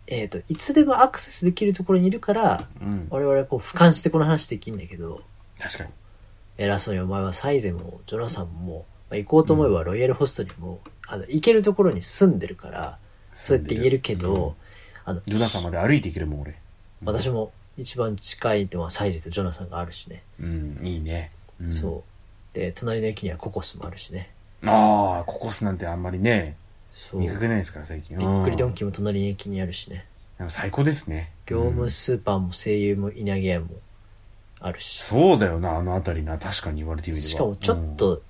えっ、と、いつでもアクセスできるところにいるから、
うん。
我々はこう俯瞰してこの話できんだけど、
確かに。
偉そうにお前はサイゼもジョナサンも、まあ、行こうと思えばロイヤルホストにも、あの行けるところに住んでるからそうやって言えるけど、あの
うん。ルナさんまで歩いていけるもん、俺。
私も一番近いのはサイゼとジョナサンがあるしね、
うん、いいね。うん
そうで隣の駅にはココスもあるしね
ああ、ココスなんてあんまりね、
そう
見かけないですから、最近。
びっくりド
うん
ンキーも隣の駅にあるしね
でも最高ですね。
業
う
務
ん
スーパーも声優も稲毛屋もあるし、
そうだよな、あの辺りな。確かに言われてみれば。
しかもちょっと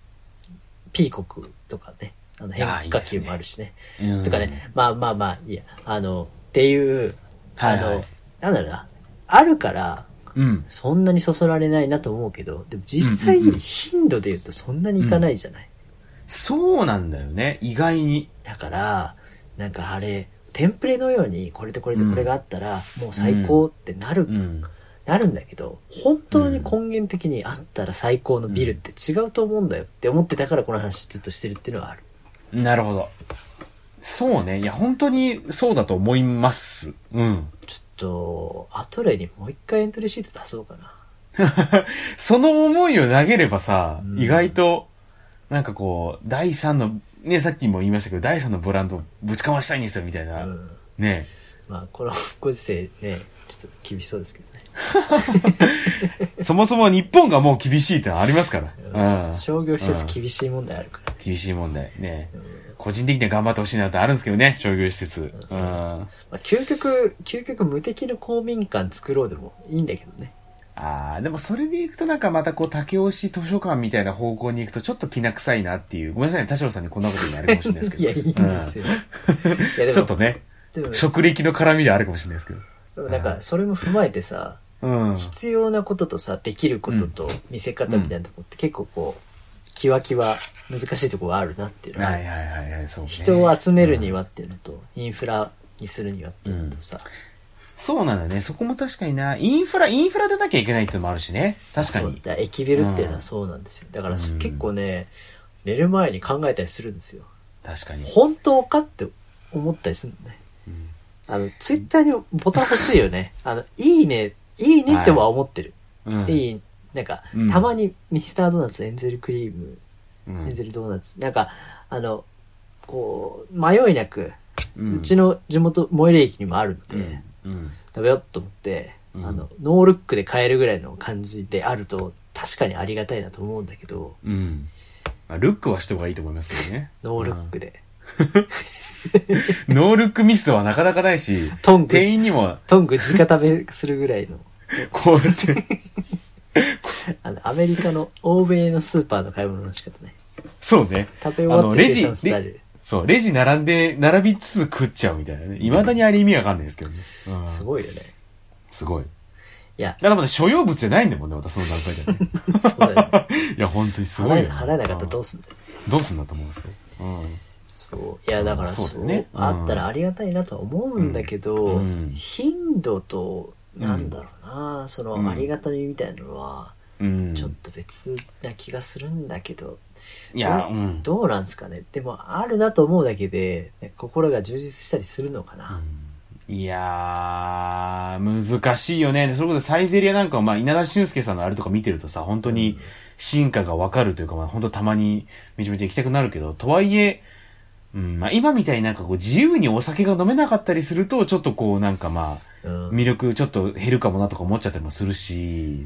ピーコクとかねあの変
あーいい
化
です
球
ね
もあるしね
うん、うん
とかね、まあまあまあ、いいや、あの、っていう、
はいは
あ
い
の、なんだろうな、あるから、
うん。
そんなにそそられないなと思うけど、でも実際
うんうんうん
頻度で言うとそんなにいかないじゃない。
そうなんだよね、意外に。
だから、なんかあれ、テンプレのようにこれとこれとこれがあったら、もう最高ってなる、
うん。
なるんだけど、本当に根源的にあったら最高のビルって違うと思うんだよって思ってたからこの話ずっとしてるっていうのはある。
なるほど。そうね。いや、本当にそうだと思います。うん。
ちょっと、アトレにもう一回エントリーシート出そうかな。
その思いを投げればさ、
うん
意外と、なんかこう、第3の、ね、さっきも言いましたけど、第3のブランドをぶちかましたいんですよ、みたいな。
うん
ね。
まあ、このご時世ね、ちょっと厳しそうですけどね。
そもそも日本がもう厳しいってのはありますから。うん。
商業施設厳しい問題あるからね。
厳しい問題。ね。
うん
個人的には頑張ってほしいなってあるんですけどね、商業施設。
う
うんん。あ
まあ、究極、究極無敵の公民館作ろうでもいいんだけどね。
あー、でもそれで行くとなんかまたこう、竹押し図書館みたいな方向に行くとちょっと気な臭いなっていう。ごめんなさいね、田代さんにこんなことになるかもしれないですけ ど。
いや、いいんですよ。いや、
うん
で
ちょっ
も、
とね、
でも
職歴の絡みではあるかもしれないですけど。
でもなんか、それも踏まえてさ、
うん。
必要なこととさ、できることと見せ方みたいなとこって結構こう、キワキワ難しいとこがあるなっていうの
はい
は、
はいはいはい、そう、ね。
人を集めるにはっていうのと、インフラにするにはっていうのとさ、
そうなんだね。そこも確かにな。インフラ、インフラでなきゃいけないってのもあるしね。確か
そう
に。
だから駅ビルっていうのはそうなんですよ。だから
うん
結構ね、寝る前に考えたりするんですよ。
確かに。
本当かって思ったりするのね。
うん
あの、ツイッターにボタン欲しいよね。あの、いいね、いいねっては思ってる。
うん。
い、い、なんか、
うん
たまにミスタードーナツ、エンゼルクリーム、
う
エ
ん
ンゼルドーナツ、なんか、あの、こう、迷いなく、
う
うんちの地元、最寄り駅にもあるので、
うん。
食べようと思って、
うん
あの、ノールックで買えるぐらいの感じであると、確かにありがたいなと思うんだけど、
うん。まあルックはした方がいいと思いますけどね。
ノールックで。
ノールックミスはなかなかないし、
トング、
店員にも、
トング直食べするぐらいの、
こう やって、
あの、アメリカの、欧米のスーパーの買い物の仕方ね。
そうね。
食べ終わって生産スタイ
レ
ル。
そう、レジ並んで、並びつつ食っちゃうみたいなね。未だにあれ意味わかんないですけどね。うん
すごいよね。
すごい。
いや、
だからまだ所要物じゃないんだもんね、またその段階ではね。
そうだよね。
いや、本当に すごい
払
よ
え
ね。
払えなかったらど
う
うすんだよ。
んどうすんだと思うんですけど。
そう。いや、だから
うんそう
そ
だ
う、
よねうん
あったらありがたいなとは思うんだけど、
うんうん
頻度と、なんだろうな、その、
うん
ありがたみみたいなのは、
うん。うん。
ちょっと別な気がするんだけど、
いや、
ど
うん。
どうなんすかねでも、あるなと思うだけで、心が充実したりするのかな。
いやー、難しいよね。それこそサイゼリアなんかは、まあ、稲田俊介さんのあれとか見てるとさ、本当に進化がわかるというか、まあ、本当たまにめちゃめちゃ行きたくなるけど、とはいえ、うん、まあ、今みたいになんかこう、自由にお酒が飲めなかったりすると、ちょっとこう、なんかまあ、
うん
魅力ちょっと減るかもなとか思っちゃったりもするし、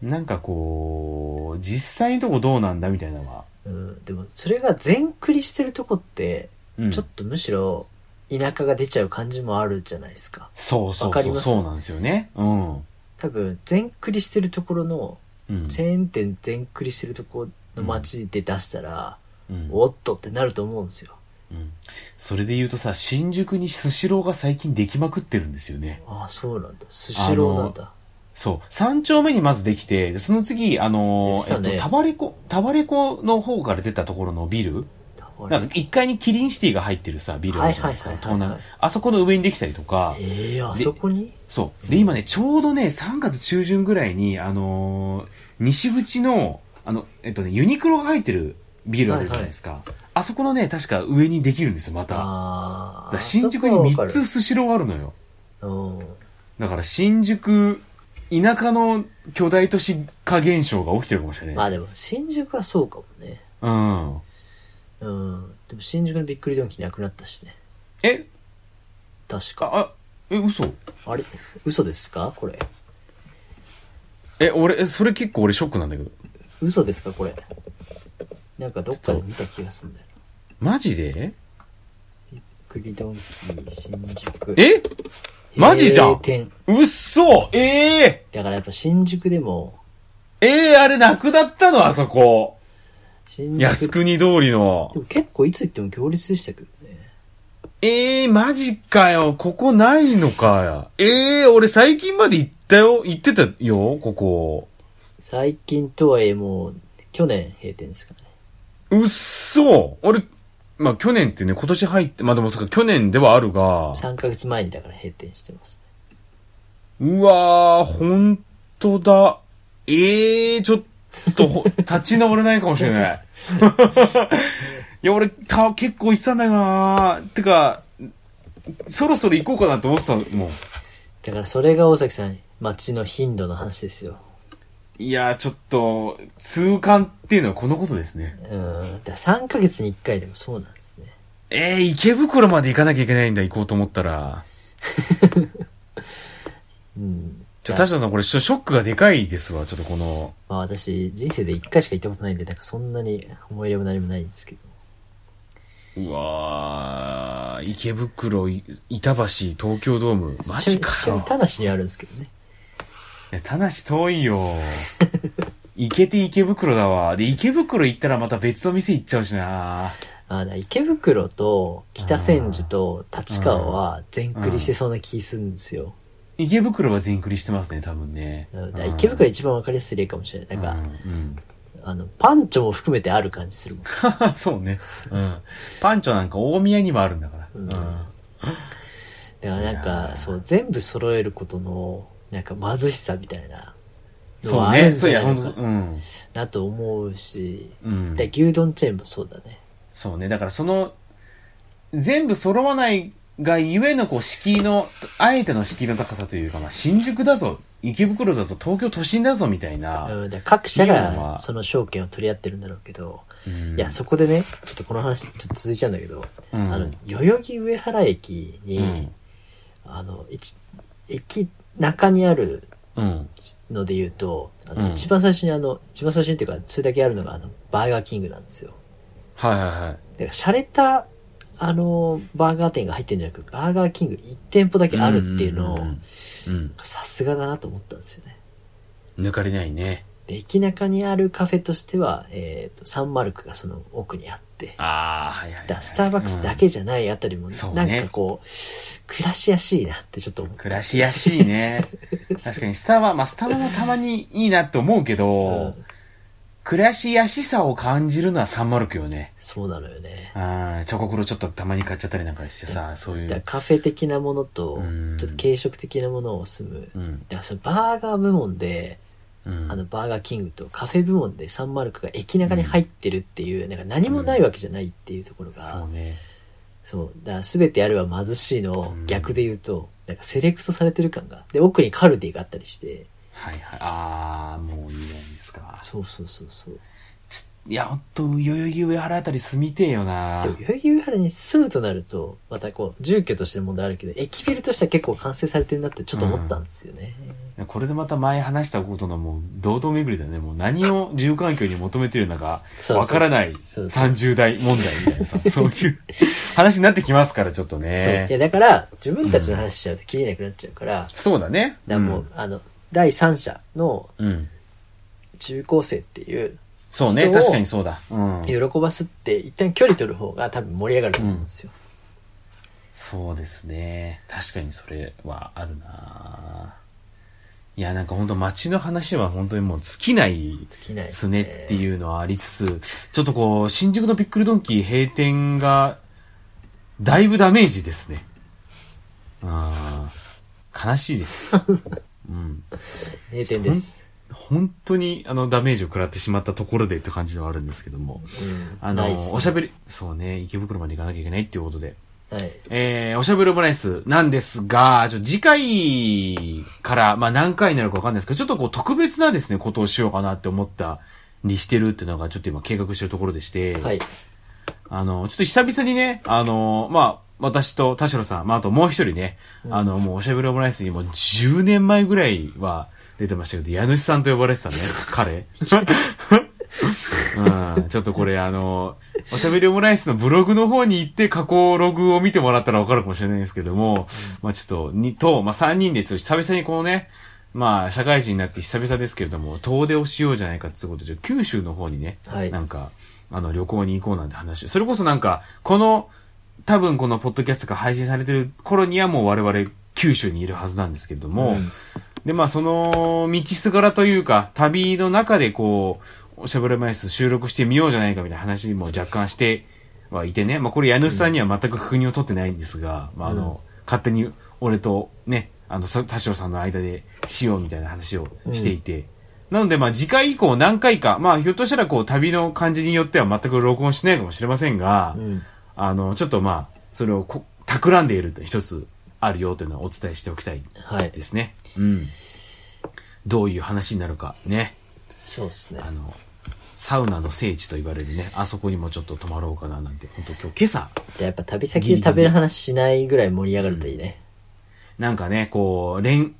なんかこう、実際のとこどうなんだみたいなのは。
うん、でもそれが全クリしてるとこって
うん
ちょっとむしろ田舎が出ちゃう感じもあるじゃないですか。
そうそ
わ
う
か
そ
り
う、
ます
そうなんですよね。うん。
多分、全クリしてるところの、
うん。
チェーン店全クリしてるところの街で出したら、
うん
おっとってなると思うんですよ。
うんそれで言うとさ、新宿にスシローが最近できまくってるんですよね。
ああ、そうなんだ。スシローなんだ。
そう。三丁目にまずできて、でその次、あの
でし
ー、
たね
えっと、タバレコ、タバレコの方から出たところのビル
な
なん
ん
か1階にキリンシティが入ってるさ、ビルあるじゃないですか
はいはい
東
はいはい
南。あそこの上にできたりとか、
ええあ
で
そこに
そう。で、今ね、ちょうどね、3月中旬ぐらいに、あのー西口の、あの、えっとね、ユニクロが入ってるビルあるじゃないですか。あそこのね、確か上にできるんですよ、また。だか
ああ
ら新宿に3つスシローあるのよ。
うん
だから新宿、田舎の巨大都市化現象が起きてるかもしれないです。
まあでも新宿はそうかもね
うん。
うんでも新宿のびっくりドンキなくなったしね
え
確か
あ、あ、え、嘘
あれ嘘ですかこれ
え、俺、えそれ結構俺ショックなんだけど。
嘘ですかこれなんかどっかで見た気がするんだよな
マジで
びっくりドンキ新宿
えマジじゃん
閉店
うっそええ
だからやっぱ新宿でも
ええあれなくなったのあそこ。
新
靖
宿
国通りの
で。も結構いつ行っても行列でしたけどね
ええマジかよ。ここないのかよ。ええ俺最近まで行ったよ。行ってたよ、ここ。
最近とはいえもう去年閉店ですからね
うっそ俺、まあ、去年ってね、今年入って、まあ、でもそっか、去年ではあるが、
3ヶ月前にだから閉店してますね
うわー、ほんとだ。ええちょっとほ、 立ち直れないかもしれない。 いや、俺、た、結構行ってたんだよなーてか、そろそろ行こうかなと思ってたもん。
だからそれが大崎さん、街の頻度の話ですよ。
いやー、ちょっと、痛感っていうのはこのことですね。
うん。だから3ヶ月に1回でもそうなんですね。
えー、池袋まで行かなきゃいけないんだ、行こうと思ったら。
うん。
ちょ、
だ
田代さん、これ、ショショックがでかいですわ、ちょっとこの。
まあ私、人生で1回しか行ったことないんで、なんかそんなに思い入れも何もないんですけど。
うわー、池袋、い板橋、東京ドーム。マジか
一応、
よ
一。応田無にあるんですけどね。
いや、田無遠いよ。 行けて池袋だわ。で、池袋行ったらまた別の店行っちゃうしな。
あだから池袋と北千住と立川は全クリしてそうな気するんですよ。
池袋は全クリしてますね、多分ね。
だから池袋が一番わかりやすい例かもしれない。なんか、
うん、
あの、パンチョも含めてある感じするもん。
うん。 そうね。うん。パンチョなんか大宮にもあるんだから。
うん
うん
だからなんか、そう、全部揃えることの、なんか貧しさみたいな。
そう
ある
ね。
ん
そうい
じゃ
や、
な
ほ
い
ん
の
と、
か
うん。
なと思うし、
うん。
で牛丼チェーンもそうだね。
そうね。だからその、全部揃わないがゆえのこう敷居の、あえての敷居の高さというか、まあ、新宿だぞ、池袋だぞ、東京都心だぞみたいな。
うん、だから各社
いいのは
がその証券を取り合ってるんだろうけど、いや、そこでね、ちょっとこの話、ちょっと続いちゃうんだけど、
うん
あの、代々木上原駅に、
うん
あの、一駅中にある
うん。
ので言うと、あの
うん
一番最初にあの、一番最初にっていうか、それだけあるのが、あの、バーガーキングなんですよ。
はいはいはい。
だから、洒落た、あの、バーガー店が入ってるんじゃなく、バーガーキング1店舗だけあるっていうのを、
んんうん
さすがだなと思ったんですよね。
うん。抜かりないね。
で駅中にあるカフェとしては、えっとサンマルクがその奥にあって
ああ、はいはい、は
だ
い。
スターバックスだけじゃないあたりも、
そう
な
ね
んかこう暮らしやしいなってちょっと思っ
暮らしやし いね。確かにスタバ、まあスタバもたまにいいなって思うけど、
うん
暮らしやしさを感じるのはサンマルクよね。
そうなのよね
うん、チョコクロちょっとたまに買っちゃったりなんかしてさ、そうい
だから
う。
カフェ的なものと
うん
ちょっと軽食的なものを住む、だ
う
か
ん。
らそのバーガー部門で
うん。
あのバーガーキングとカフェ部門でサンマルクが駅中に入ってるっていう、なんか何もないわけじゃないっていうところが、
そうね。
そう。だから全てあるは貧しいの逆で言うと、なんかセレクトされてる感が。で、奥にカルディがあったりして。
はいはい。ああ、もういいんですか。
そうそうそうそう。
ちいや、ほんと、代々木上原あたり住みてえよな
でも、代々木上原に住むとなると、またこう、住居としての問題あるけど、駅ビルとしては結構完成されてるなってちょっと思ったんですよね。
これでまた前話したことのもう堂々巡りだよね。もう何を住環境に求めてるのか
そうそう
わ
そう
からない
そうそう
30代問題みたい なさ、そういう話になってきますから、ちょっと
そう。いや、
ね。
だから、自分たちの話しちゃうと切れなくなっちゃうから、
そうだね。
だからもう、あの、第三者の
うん。うん。
中高生っていう、
そうね。
人を
確かにそうだ。うん。
喜ばすって、一旦距離取る方が多分盛り上がると思うんですよ。
そうですね。確かにそれはあるないや、なんか本当街の話は本当にもう尽きない
尽きないで
です
す
ね
ね。
っていうのはありつつ、ちょっとこう、新宿のビックルドンキー閉店が、だいぶダメージですね。あー悲しい です。うん。
名店です。
本当に、あの、ダメージを食らってしまったところでって感じではあるんですけども。
うん
あ
ないっす
の、
ね
おしゃべり、そうね、池袋まで行かなきゃいけないっていうことで。
はい。
えー、おしゃべりオムライスなんですが、ちょ次回から、まあ何回になるかわかんないですけど、ちょっとこう特別なですね、ことをしようかなって思ったりしてるっていうのが、ちょっと今計画してるところでして、
はい。
あの、ちょっと久々にね、あの、まあ、私と田代さん、まあ、あともう一人ね、あの、もうおしゃべりオムライスにもう10年前ぐらいは出てましたけど、家主さんと呼ばれてたね、彼。うん、ちょっとこれあの、おしゃべりオムライスのブログの方に行って過去ログを見てもらったらわかるかもしれないんですけども、まあちょっと、に、と、まあ3人でちょっと久々にこのね、まあ社会人になって久々ですけれども、遠出をしようじゃないかってことで、九州の方にね、
はい
なんか、あの旅行に行こうなんて話。それこそなんか、この、多分このポッドキャストが配信されてる頃にはもう我々九州にいるはずなんですけれども、
うん
で、まあ、その、道すがらというか、旅の中でこう、おしゃべりマイス収録してみようじゃないかみたいな話も若干してはいてね。まあ、これ、家主さんには全く確認を取ってないんですが、まあ、あの、勝手に俺とね、あの、さ田代さんの間でしようみたいな話をしていて。なので、まあ、次回以降何回か、まあ、ひょっとしたらこう、旅の感じによっては全く録音しないかもしれませんが、
うん。
あの、ちょっとまあ、それをこ企んでいると一つあるよというのはお伝えしておきたい
はい
で。すね。うん。どういう話になるかね。
そうですね。
あの、サウナの聖地と言われるね、あそこにもちょっと泊まろうかななんて、本当今日今朝、
でやっぱ旅先で食べる話しないぐらい盛り上がるといいね。
なんかね、こう、連、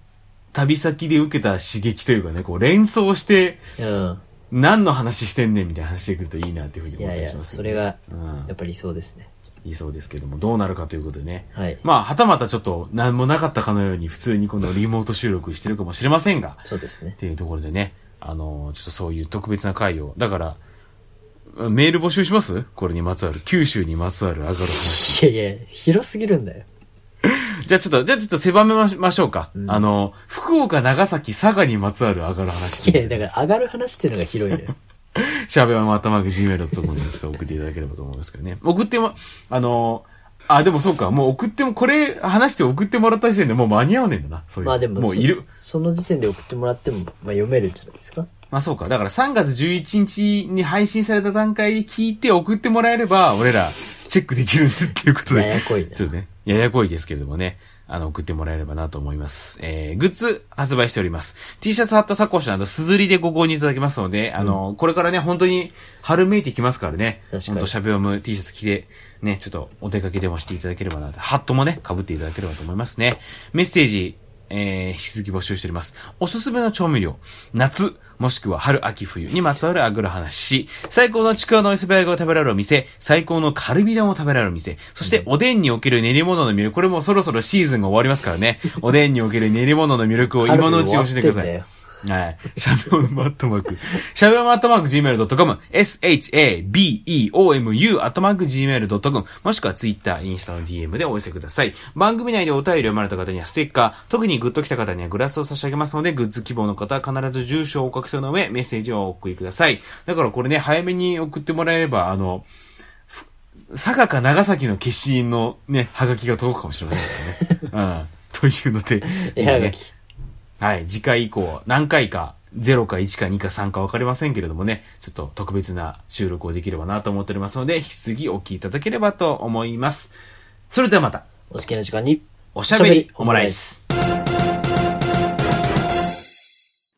旅先で受けた刺激というかね、こう連想して、
うん。
何の話してんねんみたいな話してくるといいなっていうふう
い
に思
や
っ
い
たり
や
し、ます
そ
よ
れ
ね、
が、
うん
やっぱりそうですね。
いそうですけども、どうなるかということでね。
はい。
まあ、はたまたちょっと何もなかったかのように普通にこのリモート収録してるかもしれませんが、
そうですね
っ。ていうところでね、あのーちょっとそういう特別な回を、だから、メール募集しますこれにまつわる、九州にまつわる上がる 話。
いやいや、広すぎるんだよ。
じゃあちょっと、じゃあちょっと狭めましましょうか。
うん
あのー福岡、長崎、佐賀にまつわる上がる 話
い。や、だから上がる話っていうのが広い のよ。
しゃべはまたまぐ gmail.com にちょっと送っていただければと思いますけどね。送っても、あのーあ、でもそうか、もう送っても、これ話して送ってもらった時点でもう間に合わねえんだな。そういう。
まあでも、
もういる。
そその時点で送ってもらっても、まあ読めるんじゃないですか。
まあそうか。だから3月11日に配信された段階で聞いて送ってもらえれば、俺らチェックできるんでっていうことで。
ややこいな
ちょっとね、ややこいですけれどもね。あの、送ってもらえればなと思います。えー、グッズ発売しております。T シャツ、ハット、サコッシュなど、すずりでご購入いただけますので、あの、これからね、本当に春めいてきますからね。
確かに
本当シャベオム T シャツ着て、ね、ちょっとお出かけでもしていただければなと。ハットもね、被っていただければと思いますね。メッセージ、えー、引き続き募集しております。おすすめの調味料。夏、もしくは春、秋、冬にまつわるあぐら話。最高のちくわのおいそばが食べられるお店。最高のカルビ丼を食べられるお店。そして、おでんにおける練り物の魅力。これもそろそろシーズンが終わりますからね。おでんにおける練り物の魅力を今のうち教えてくだ
春で終わってん
さ
だ
い
よ。
はい。シャベオムアットマーク。シャベオムアットマーク Gmail.com。shabeomu アットマーク Gmail.com。もしくは Twitter、インスタの DM でお寄せください。番組内でお便りを読まれた方にはステッカー、特にグッと来た方にはグラスを差し上げますので、グッズ希望の方は必ず住所をお書きの上、メッセージをお送りください。だからこれね、早めに送ってもらえれば、あの、ふ佐賀か長崎の消印のね、はがきが届くかもしれませんから ね。うん。というので。
絵はがき。
はい、次回以降、何回か、0か1か2か3か分かりませんけれどもね、ちょっと特別な収録をできればなと思っておりますので、引き続きお聞きいただければと思います。それではまた、
お好きな時間に。
おしゃべりオムライス。